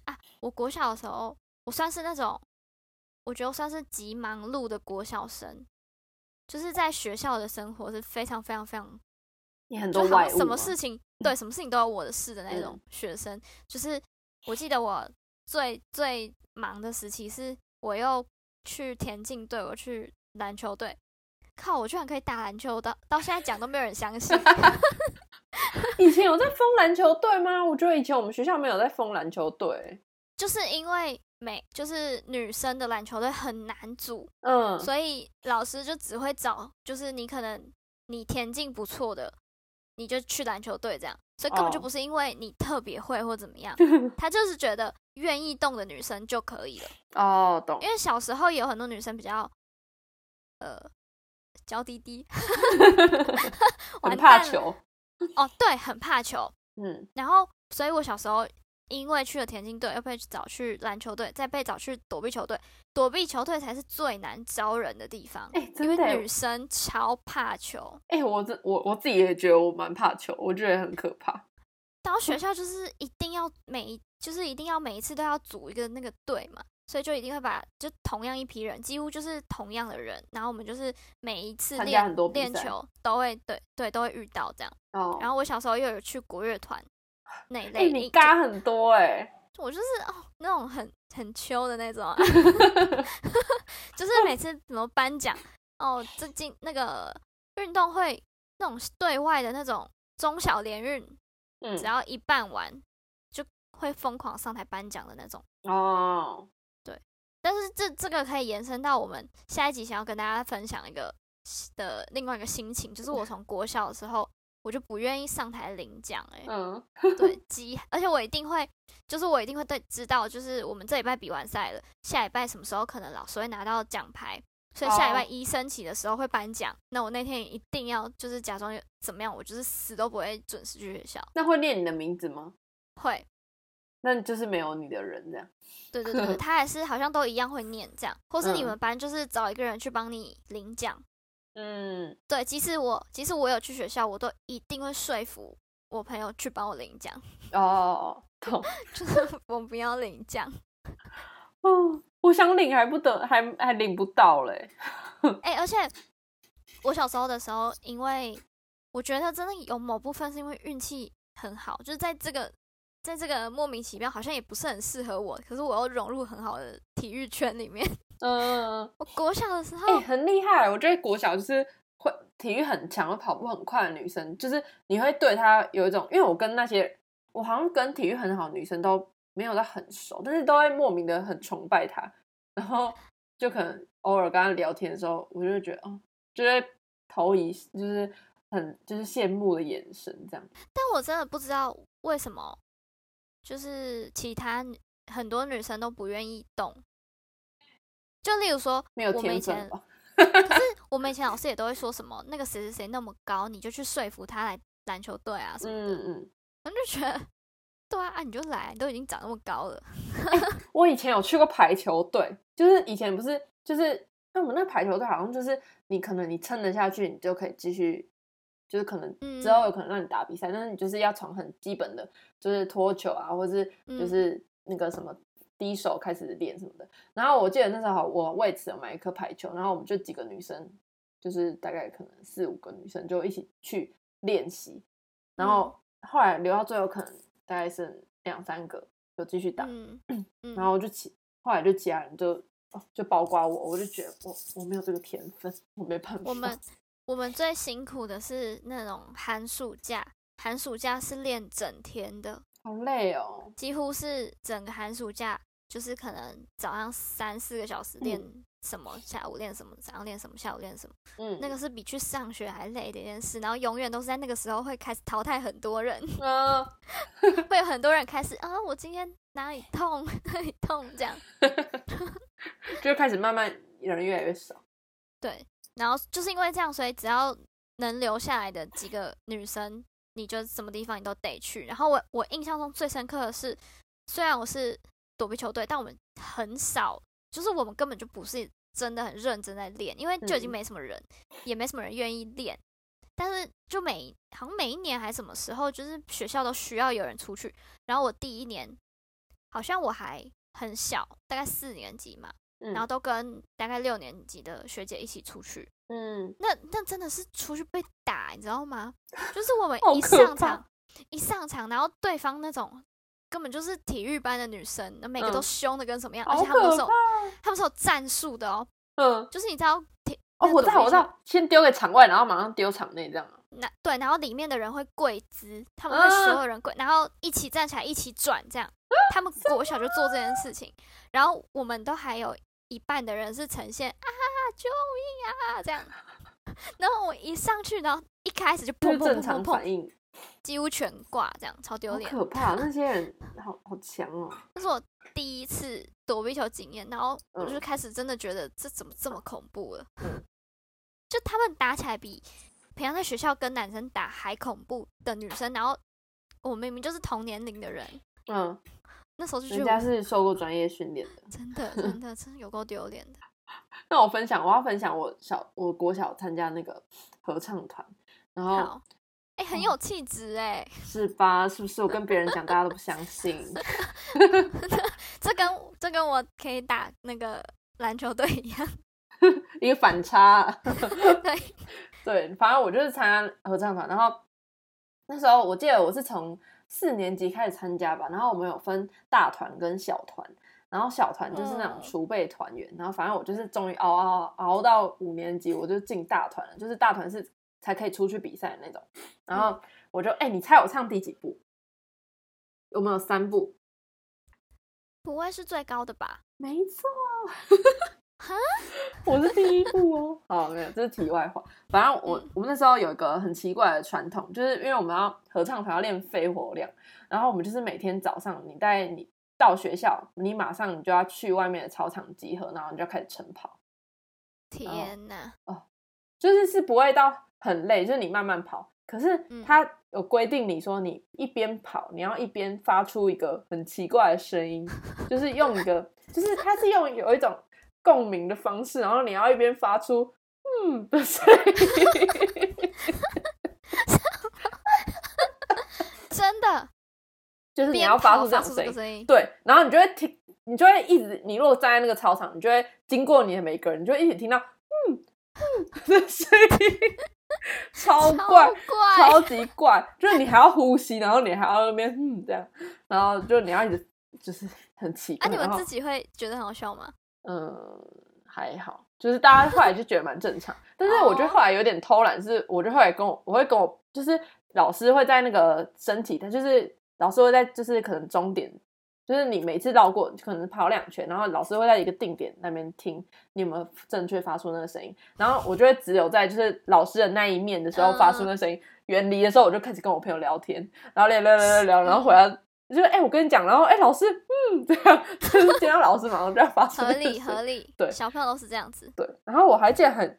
啊？我国小的时候，我算是那种，我觉得我算是极忙碌的国小生，就是在学校的生活是非常非常非常，你很就多好外像物啊嗯什么嘛事 情对什么事情都有我的事的那种学生。就是我记得我最最忙的时期是，我又去田径队，我去篮球队。靠！我居然可以打篮球，到到现在讲都没有人相信。 以前有在封篮球队吗？我觉得以前我们学校没有在封篮球队。就是因为每就是女生的篮球队很难组，嗯，所以老师就只会找就是你可能你田径不错的，你就去篮球队这样，所以根本就哦不是因为你特别会或怎么 样，他就是觉得愿意动的女生就可以了。哦，懂因。为小时候也有很多女生比较呃娇滴滴 很完怕蛋了球。哦，对，很怕球，嗯，然后，所以我小时候因为去了田径队，又被找去篮球队，再被找去躲避球队。躲避球队才是最难招人的地方，哎、因真的为欸，女生超怕球。哎、我这我我自己也觉得我蛮怕球，我觉得很可怕。到嗯学校就是一定要每一就是一定要每一次都要组一个那个队嘛，所以就一定会把就同样一批人，几乎就是同样的人，然后我们就是每一次参加很练多比练赛球都会对对都会遇到这样。哦，然后我小时候又有去国乐团那一哎、类，你就嘎很多哎、我就是哦那种很很秋的那种啊、就是每次什么颁奖哦，这今那个运动会那种对外的那种中小联运，嗯只，要一办完就会疯狂上台颁奖的那种。哦，但是这这个可以延伸到我们下一集想要跟大家分享一个的另外一个心情，就是我从国小的时候我就不愿意上台领奖、欸，嗯， 对， 急，而且我一定会，就是我一定会对知道，就是我们这礼拜比完赛了，下礼拜什么时候可能老师会拿到奖牌，所以下礼拜哦一升旗的时候会颁奖，那我那天一定要就是假装有怎么样，我就是死都不会准时去学校，那会念你的名字吗？会，那就是没有你的人这样。对对 对，对他还是好像都一样会念这样，或是你嗯们班就是找一个人去帮你领奖，嗯，对，即使我即使我有去学校，我都一定会说服我朋友去帮我领奖， 哦，懂。就是我不要领奖。哦，我想领还不得，还还领不到嘞。哎、而且我小时候的时候，因为我觉得真的有某部分是因为运气很好，就是在这个在这个莫名其妙，好像也不是很适合我，可是我又融入很好的体育圈里面。 嗯，我国小的时候，哎、很厉害。我觉得国小就是会体育很强、会跑步很快的女生，就是你会对她有一种，因为我跟那些我好像跟体育很好的女生都没有到很熟，但是都会莫名的很崇拜她。然后就可能偶尔跟她聊天的时候，我就会觉得哦，就会投以就是很就是羡慕的眼神这样。但我真的不知道为什么，就是其他女很多女生都不愿意动。就例如说，没有我们以天前分吧？可是我们以前老师也都会说什么，那个谁谁谁那么高，你就去说服他来篮球队啊什么的。嗯嗯。我就觉得，对啊，啊你就来，你都已经长那么高了，我以前有去过排球队，就是以前不是就是那我们那排球队好像就是你可能你撑得下去，你就可以继续，就是可能之后有可能让你打比赛，但是你就是要从很基本的，就是脱球啊，或是就是那个什么低手开始练什么的。然后我记得那时候我为此有买一颗排球，然后我们就几个女生，就是大概可能四五个女生就一起去练习，然后后来留到最后可能大概剩两三个有继续打。嗯嗯，然后就其后来就其他人就哦就包括我，我就觉得我我没有这个天分，我没办法。我们我们最辛苦的是那种寒暑假，寒暑假是练整天的，好累哦，几乎是整个寒暑假，就是可能早上三四个小时练什么，下午练什么，早上练什么，下午练什么，嗯，那个是比去上学还累的一件事。然后永远都是在那个时候会开始淘汰很多人， 呃，会有很多人开始啊，我今天哪里痛 哪里痛这样。就开始慢慢人越来越少。对，然后就是因为这样，所以只要能留下来的几个女生，你就什么地方你都得去。然后我我印象中最深刻的是，虽然我是躲避球队，但我们很少，就是我们根本就不是真的很认真在练，因为就已经嗯没什么人，也没什么人愿意练。但是就每好像每一年还什么时候，就是学校都需要有人出去。然后我第一年好像我还很小，大概四年级嘛，嗯然后都跟大概六年级的学姐一起出去。嗯，那那真的是出去被打，你知道吗？就是我们好一可上怕场，一上场，然后对方那种根本就是体育班的女生，那每个都嗯凶的跟什么样，而好且他们都可是有怕。他们是有战术的哦，嗯，就是你知道体哦，那我知躲道，避我知道，先丢给场外，然后马上丢场内，这样啊。那对，然后里面的人会跪姿，他们会所有人跪，然后一起站起来，一起转这样。他们国小就做这件事情，然后我们都还有一半的人是呈现啊救命啊这样， 然后我一上去，然后一开始就就砰是砰正砰砰常砰反，应，几乎全挂这样，超丢好脸。可怕！那些人好好强哦。这是我第一次躲避球经验，然后我就嗯开始真的觉得这怎么这么恐怖了？嗯 就他们打起来比平常在学校跟男生打还恐怖的女生，然后我明明就是同年龄的人，嗯，那时候就觉人得家我是受过专业训练的。真 的真的真的有够丢脸的。那我分享，我要分享我小我国小参加那个合唱团，然后好，哎、哦很有气质哎，是吧？是不是我跟别人讲，大家都不相信？ 这跟这跟我可以打那个篮球队 一样，一个反差。 对，对，反正我就是参加合唱团，然后那时候我记得我是从四年级开始参加吧，然后我们有分大团跟小团，然后小团就是那种嗯储备团员，然后反正我就是终于熬熬熬熬到五年级，我就进大团了，就是大团是才可以出去比赛的那种。然后我就哎、你猜我唱第几步？我们有三步，不会是最高的吧？没错， 我是第一步哦。好，没有，这是题外话。反正我我们那时候有一个很奇怪的传统，就是因为我们要合唱团要练肺活量，然后我们就是每天早上你带你到学校，你马上你就要去外面的操场集合，然后你就要开始晨跑，天哪！就是是不会到很累，就是你慢慢跑。可是嗯他有规定，你说你一边跑，你要一边发出一个很奇怪的声音，就是用一个，就是他是用有一种共鸣的方式，然后你要一边发出嗯的声音。真的，就是你边要发跑出这发种出声这音个，声音，对，然后你就会听，你就会一直，你如果站在那个操场，你就会经过你的每一个人，你就会一直听到嗯嗯的声音，超超怪，怪超级怪， 就是你还要呼吸，然后你还要那边嗯这样，然后就你要一直就是很奇啊！怪，你们嗯然后自己会觉得很好笑 吗？嗯还好，就是大家后来就觉得蛮正常，但是我觉得后来有点偷懒，是我就后来跟我我会跟我就是老师会在那个身体，他就是老师会在就是可能终点，就是你每次绕过可能跑两圈，然后老师会在一个定点那边听你有没有正确发出那个声音，然后我就会只有在就是老师的那一面的时候发出那个声音，远离的时候我就开始跟我朋友聊天，然后聊聊聊聊聊，然后回来。就是哎、我跟你讲，然后哎、老师，嗯，这 样就是见到老师马上就要发出合那个理声音合理，对小朋友都是这样子。对，然后我还记得很，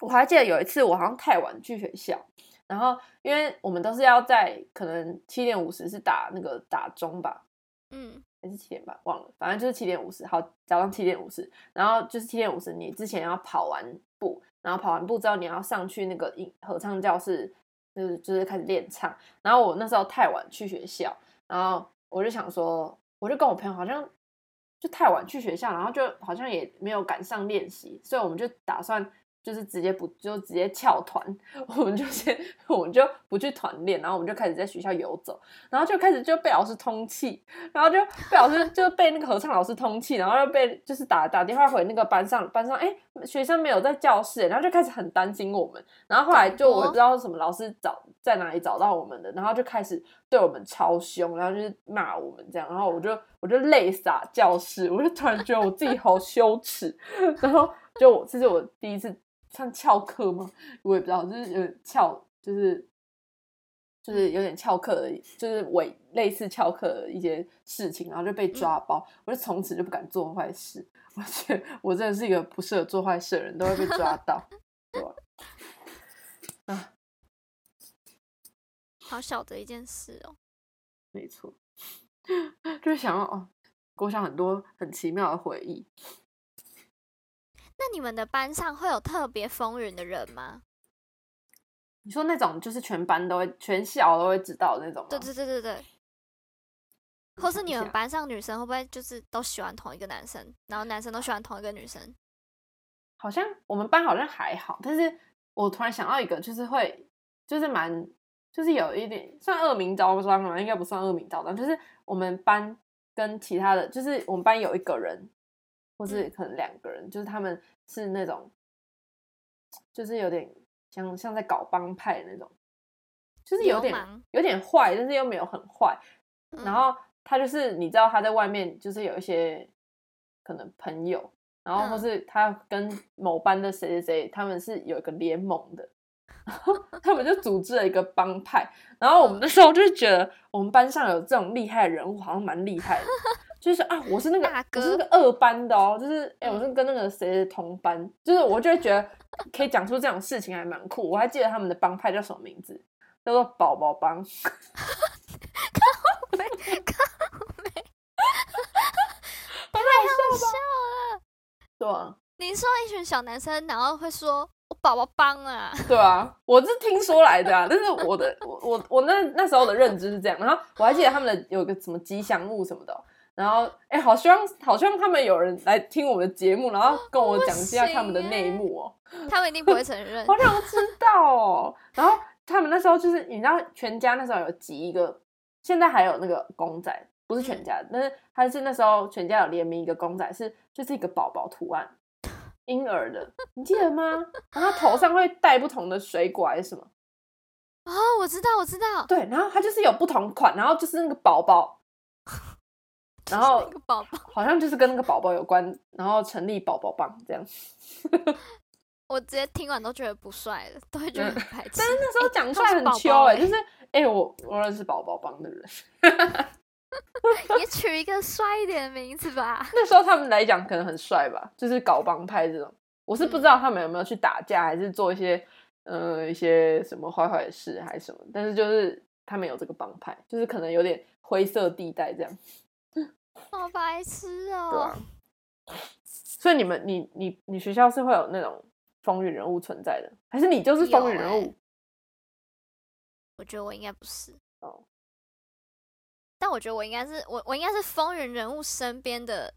我还记得有一次我好像太晚去学校，然后因为我们都是要在可能七点五十是打那个打钟吧，嗯，还是七点吧，忘了，反正就是七点五十，好，早上七点五十，然后就是七点五十，你之前要跑完步，然后跑完步之后你要上去那个音合唱教室，就是就是开始练唱，然后我那时候太晚去学校，然后我就想说，我就跟我朋友好像就太晚去学校，然后就好像也没有赶上练习，所以我们就打算就是直接不就直接翘团，我们就先我们就不去团练，然后我们就开始在学校游走，然后就开始就被老师通气，然后就被老师就被那个合唱老师通气，然后又被就是打打电话回那个班上班上，哎，学生没有在教室，欸然后就开始很担心我们，然后后来就懂我也哦不知道什么老师找在哪里找到我们的，然后就开始对我们超凶，然后就是骂我们这样，然后我就我就泪洒教室，我就突然觉得我自己好羞耻，然后就我这是我第一次上翘课吗？我也不知道，就是有点翘，就是就是有点翘课的，就是伪类似翘课的一些事情，然后就嗯被抓包，我就从此就不敢做坏事。 我觉得我真的是一个不适合做坏事的人，都会被 抓到。对啊好小的一件事哦。没错， 就是想要哦，我想很多很奇妙的回忆。那你们的班上会有特别风云的人吗？你说那种就是全班都会、全校都会知道的那种吗？对对对对对。或是想一你们下班上女生会不会就是都喜欢同一个男生，然后男生都喜欢同一个女生？好像我们班好像还好，但是我突然想到一个，就是会，就是蛮，就是有一点算恶名昭彰嘛，应该不算恶名昭彰，就是我们班跟其他的，就是我们班有一个人，或嗯是可能两个人，就是他们是那种，就是有点像像在搞帮派的那种，就是有流点氓有点坏，但是又没有很坏，嗯然后他就是你知道他在外面就是有一些可能朋友，然后或嗯是他跟某班的谁谁谁，他们是有一个联盟的， 他们就组织了一个帮派。然后我们那时候就觉得我们班上有这种厉害的人物，好像蛮 厉害的，就是啊，我是那个大我是哥嗯那个二班的哦，就是哎、我是跟那个谁谁同班，就是我就会觉得可以讲出这种事情还蛮酷。我还记得他们的帮派叫什么名字，叫做宝宝 帮。没看 好笑了。对啊，你说一群小男生，然后会说“我宝宝帮 啊对啊，我是听说来的啊，但是我的 我我我那那时候的认知是这样，然后我还记得他们的有个什么吉祥物什么的哦、然后哎、好希望好希望他们有人来听我们的节目，然后跟我讲一下他们的内幕哦、”，他们一定不会承 认好。想知道哦、然后他们那时候就是你知道全家那时候有集一个现在还有那个公仔，不是全家的，但是它是那时候全家有联名一个公仔，是就是一个宝宝图案，婴儿的，你记得吗？然后它头上会戴不同的水果还是什么？哦，我知道，我知道，对，然后它就是有不同款，然后就是那个宝宝，然后就是那个宝宝，好像就是跟那个宝宝有关，然后成立宝宝棒这样。我直接听完都觉得不帅了，都会觉得嗯很白痴。但是那时候讲出他来是很宝宝秋哎、欸就是哎、欸我我认识宝宝帮的人， 也取一个帅一点的名字 吧。那时候他们来讲可能很帅吧，就是搞帮派这种。我是不知道他们有没有去打架，还是做一些呃一些什么坏坏的事还是什么，但是就是他们有这个帮派，就是可能有点灰色地带这样，好白痴对啊吧、哦、 所以你们你你你学校是会有那种风云人物存在的，还是你就是风云人有物？欸我觉得我应该不是。哦但我觉得我应该是我我应该是风云人物身边的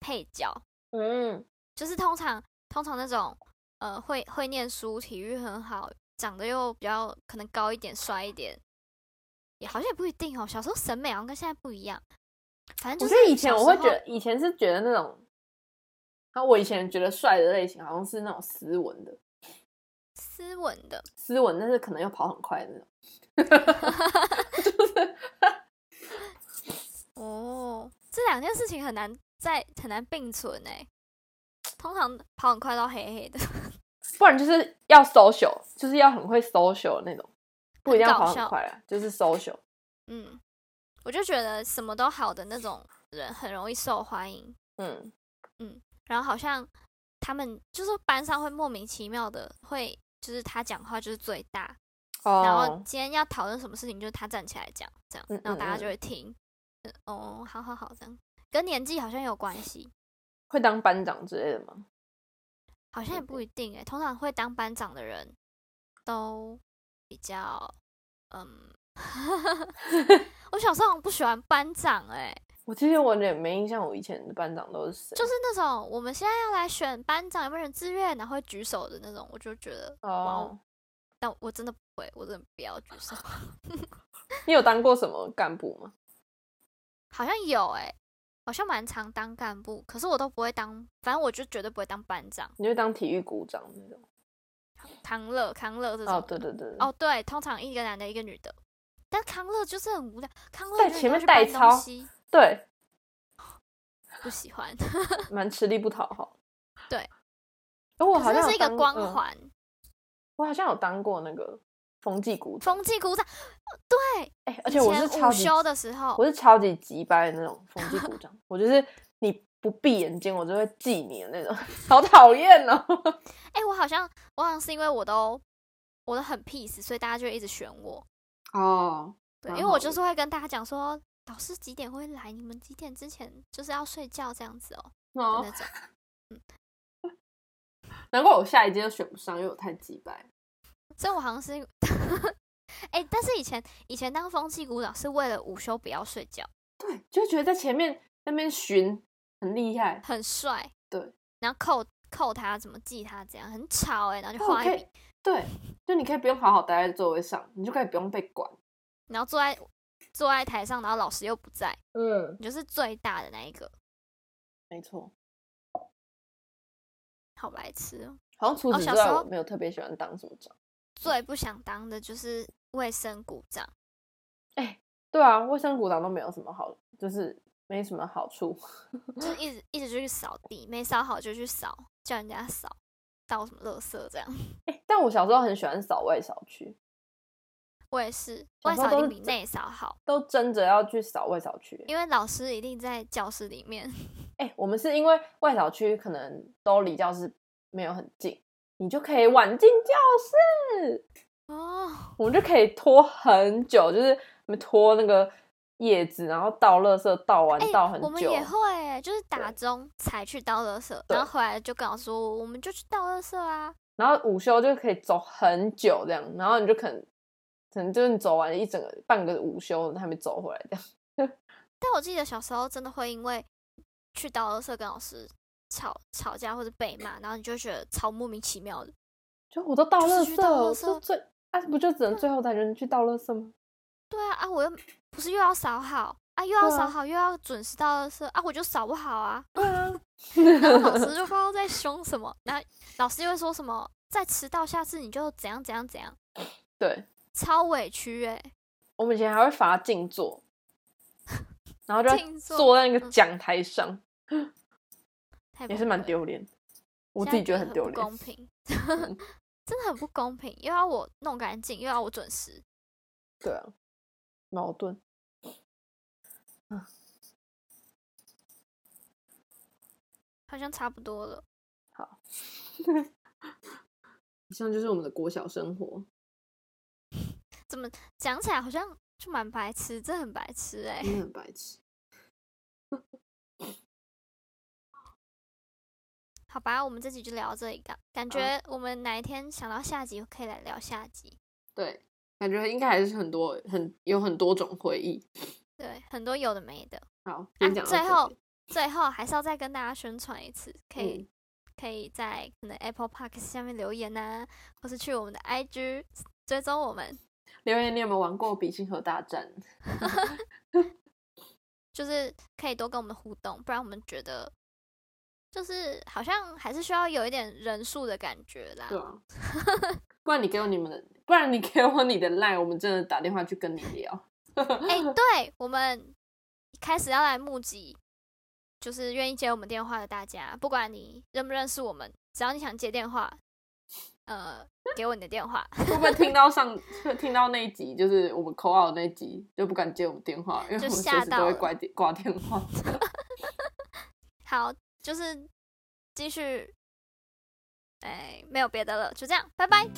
配角，欸嗯，就是通常通常那种呃会会念书、体育很好、长得又比较可能高一点、帅一点，也好像也不一定哦。小时候审美好像跟现在不一样，反正就我觉是得以前小我会时觉候得，以前是觉得那种，啊，我以前觉得帅的类型好像是那种斯文的，斯文的，斯文，但是可能又跑很快的那种。哦，这两件事情很难在很难并存哎。通常跑很快到黑黑的， 不然就是要 social，就是要很会 social 的那种，不一定要很搞跑很笑快啊，就是 social。嗯，我就觉得什么都好的那种人很容易受欢迎，嗯，然后好像他们就是班上会莫名其妙的会，就是他讲话就是最大，然后哦，今天要讨论什么事情，就是他站起来讲这样嗯，然后大嗯家嗯就会听，嗯哦，好好好这样，跟年纪好像有关系，会当班长之类的吗？好像也不一定哎、通常会当班长的人都比较，嗯， 我小时候好像不喜欢班长哎、我其实我有点没印象，我以前的班长都是谁？就是那种我们现在要来选班长有没有人自愿，然后会举手的那种，我就觉得，哦，但我真的不会，我真的不要举手。 你有当过什么干部吗？好像有哎、好像蛮常当干部，可是我都不会当，反正我就绝对不会当班长。你就当体育股长那种？康乐、康乐这种的，哦，对对对，哦，对，通常一个男的，一个女的。但康乐就是很无聊，康乐在永远前都面去代搬操东西，对，不喜欢。 蛮吃力不讨好。对哎，我可好是像这有是一个当光嗯环，我好像有当过那个风纪股长，风纪鼓掌。哎、而且我是以前超午级，休的时候我，是超级急掰的那种风纪 股长，我就是你不闭眼睛，我就会记你的那种，好讨厌哦。哎、我好像我好像是因为我都我都很 peace，所以大家就会一直选我。 哦，对，因蛮为我好就的是会跟大家讲说，老师几点会来，你们几点之前就是要睡觉这样子哦、的哦那，种。 难怪我下一届都选不上，因为我太急掰。所以我好像是因为， 哎、但是以前以前当风纪鼓掌是为了午休不要睡觉，对，就觉得在前面那边巡很厉害，很帅。对，然后扣扣他怎么记他这样，很吵哎、然后就但我画可一以笔，对，就你可以不用好好待在座位上，你就可以不用被管。然后坐在坐在台上，然后老师又不在，嗯，你就是最大的那一个，没错。好白痴、哦。好像除哦此小之外，时候我没有特别喜欢当什么长。最不想当的就是卫生鼓掌。对啊，卫生股长都没有什么好，就是没什么好处。 就是一直一直就去扫地，没扫好就去扫，叫人家扫，倒什么垃圾这样。欸但我小时候很喜欢扫外扫区，我也是，小外时候扫一都定是比内扫好，都争着要去扫外扫区。因为老师一定在教室里面。哎、我们是因为外扫区可能都离教室没有很近，你就可以晚进教室，哦，我们就可以拖很久，就是我们拖那个叶子，然后倒垃圾，倒完哎、倒很我们久。也会、欸，就是打对钟才去倒垃圾，对然后回来就跟我说，我们就去倒垃圾啊。然后午休就可以走很久这样，然后你就可能可能就是你走完一整个半个午休还没走回来这样。但我记得小时候真的会因为去倒垃圾跟老师吵吵架或者被骂，然后你就觉得超莫名其妙的。就我都倒就是垃去圾，倒垃我是圾啊最啊，不就只能最后才能去倒垃圾吗？对啊啊，我又不是又要扫好啊，又要对啊扫好，又要准时到的时候啊，我就扫不好啊。对啊， 然后老师就不知道在凶什么，然后老师就会说什么再迟到，下次你就怎样怎样怎样，对，超委屈哎、我们以前还会罚静 坐，然后就静坐坐在那个嗯讲台上，太也崩是蛮溃了，丢脸。我现自在己觉得很丢不公脸。平， 嗯真的很不公平，又要我弄干净，又要我准时，对啊，矛盾。好像差不多了。以上就是我们的国小生活。讲起来好像就蛮白痴，真的很白痴哎、真的很白 痴。好吧，我们这集就聊这一个，感觉我们哪一天想到下集可以来聊下集。对，感觉应该还是很多很有很多种回忆。对，很多有的没的。好，啊先讲、最后，最后还是要再跟大家宣传一次，可以、嗯可以在可能 Apple Park 下面留言呐、或是去我们的 IG 追踪我们，留言，你有没有玩过比心河大战？就是可以多跟我们互动，不然我们觉得就是好像还是需要有一点人数的感觉啦。对啊， 不然你给我你们的，不然你给我你的 line，我们真的打电话去跟你聊。 哎、对我们开始要来募集，就是愿意接我们电话的大家，不管你认不认识我们，只要你想接电话，呃，给我你的电话，会不会听到上 会听到那一集，就是我们口号那一集，就不敢接我们电话，因为就我们随吓时都到会了挂电挂电话。好，就是继续，哎、没有别的了，就这样，拜拜。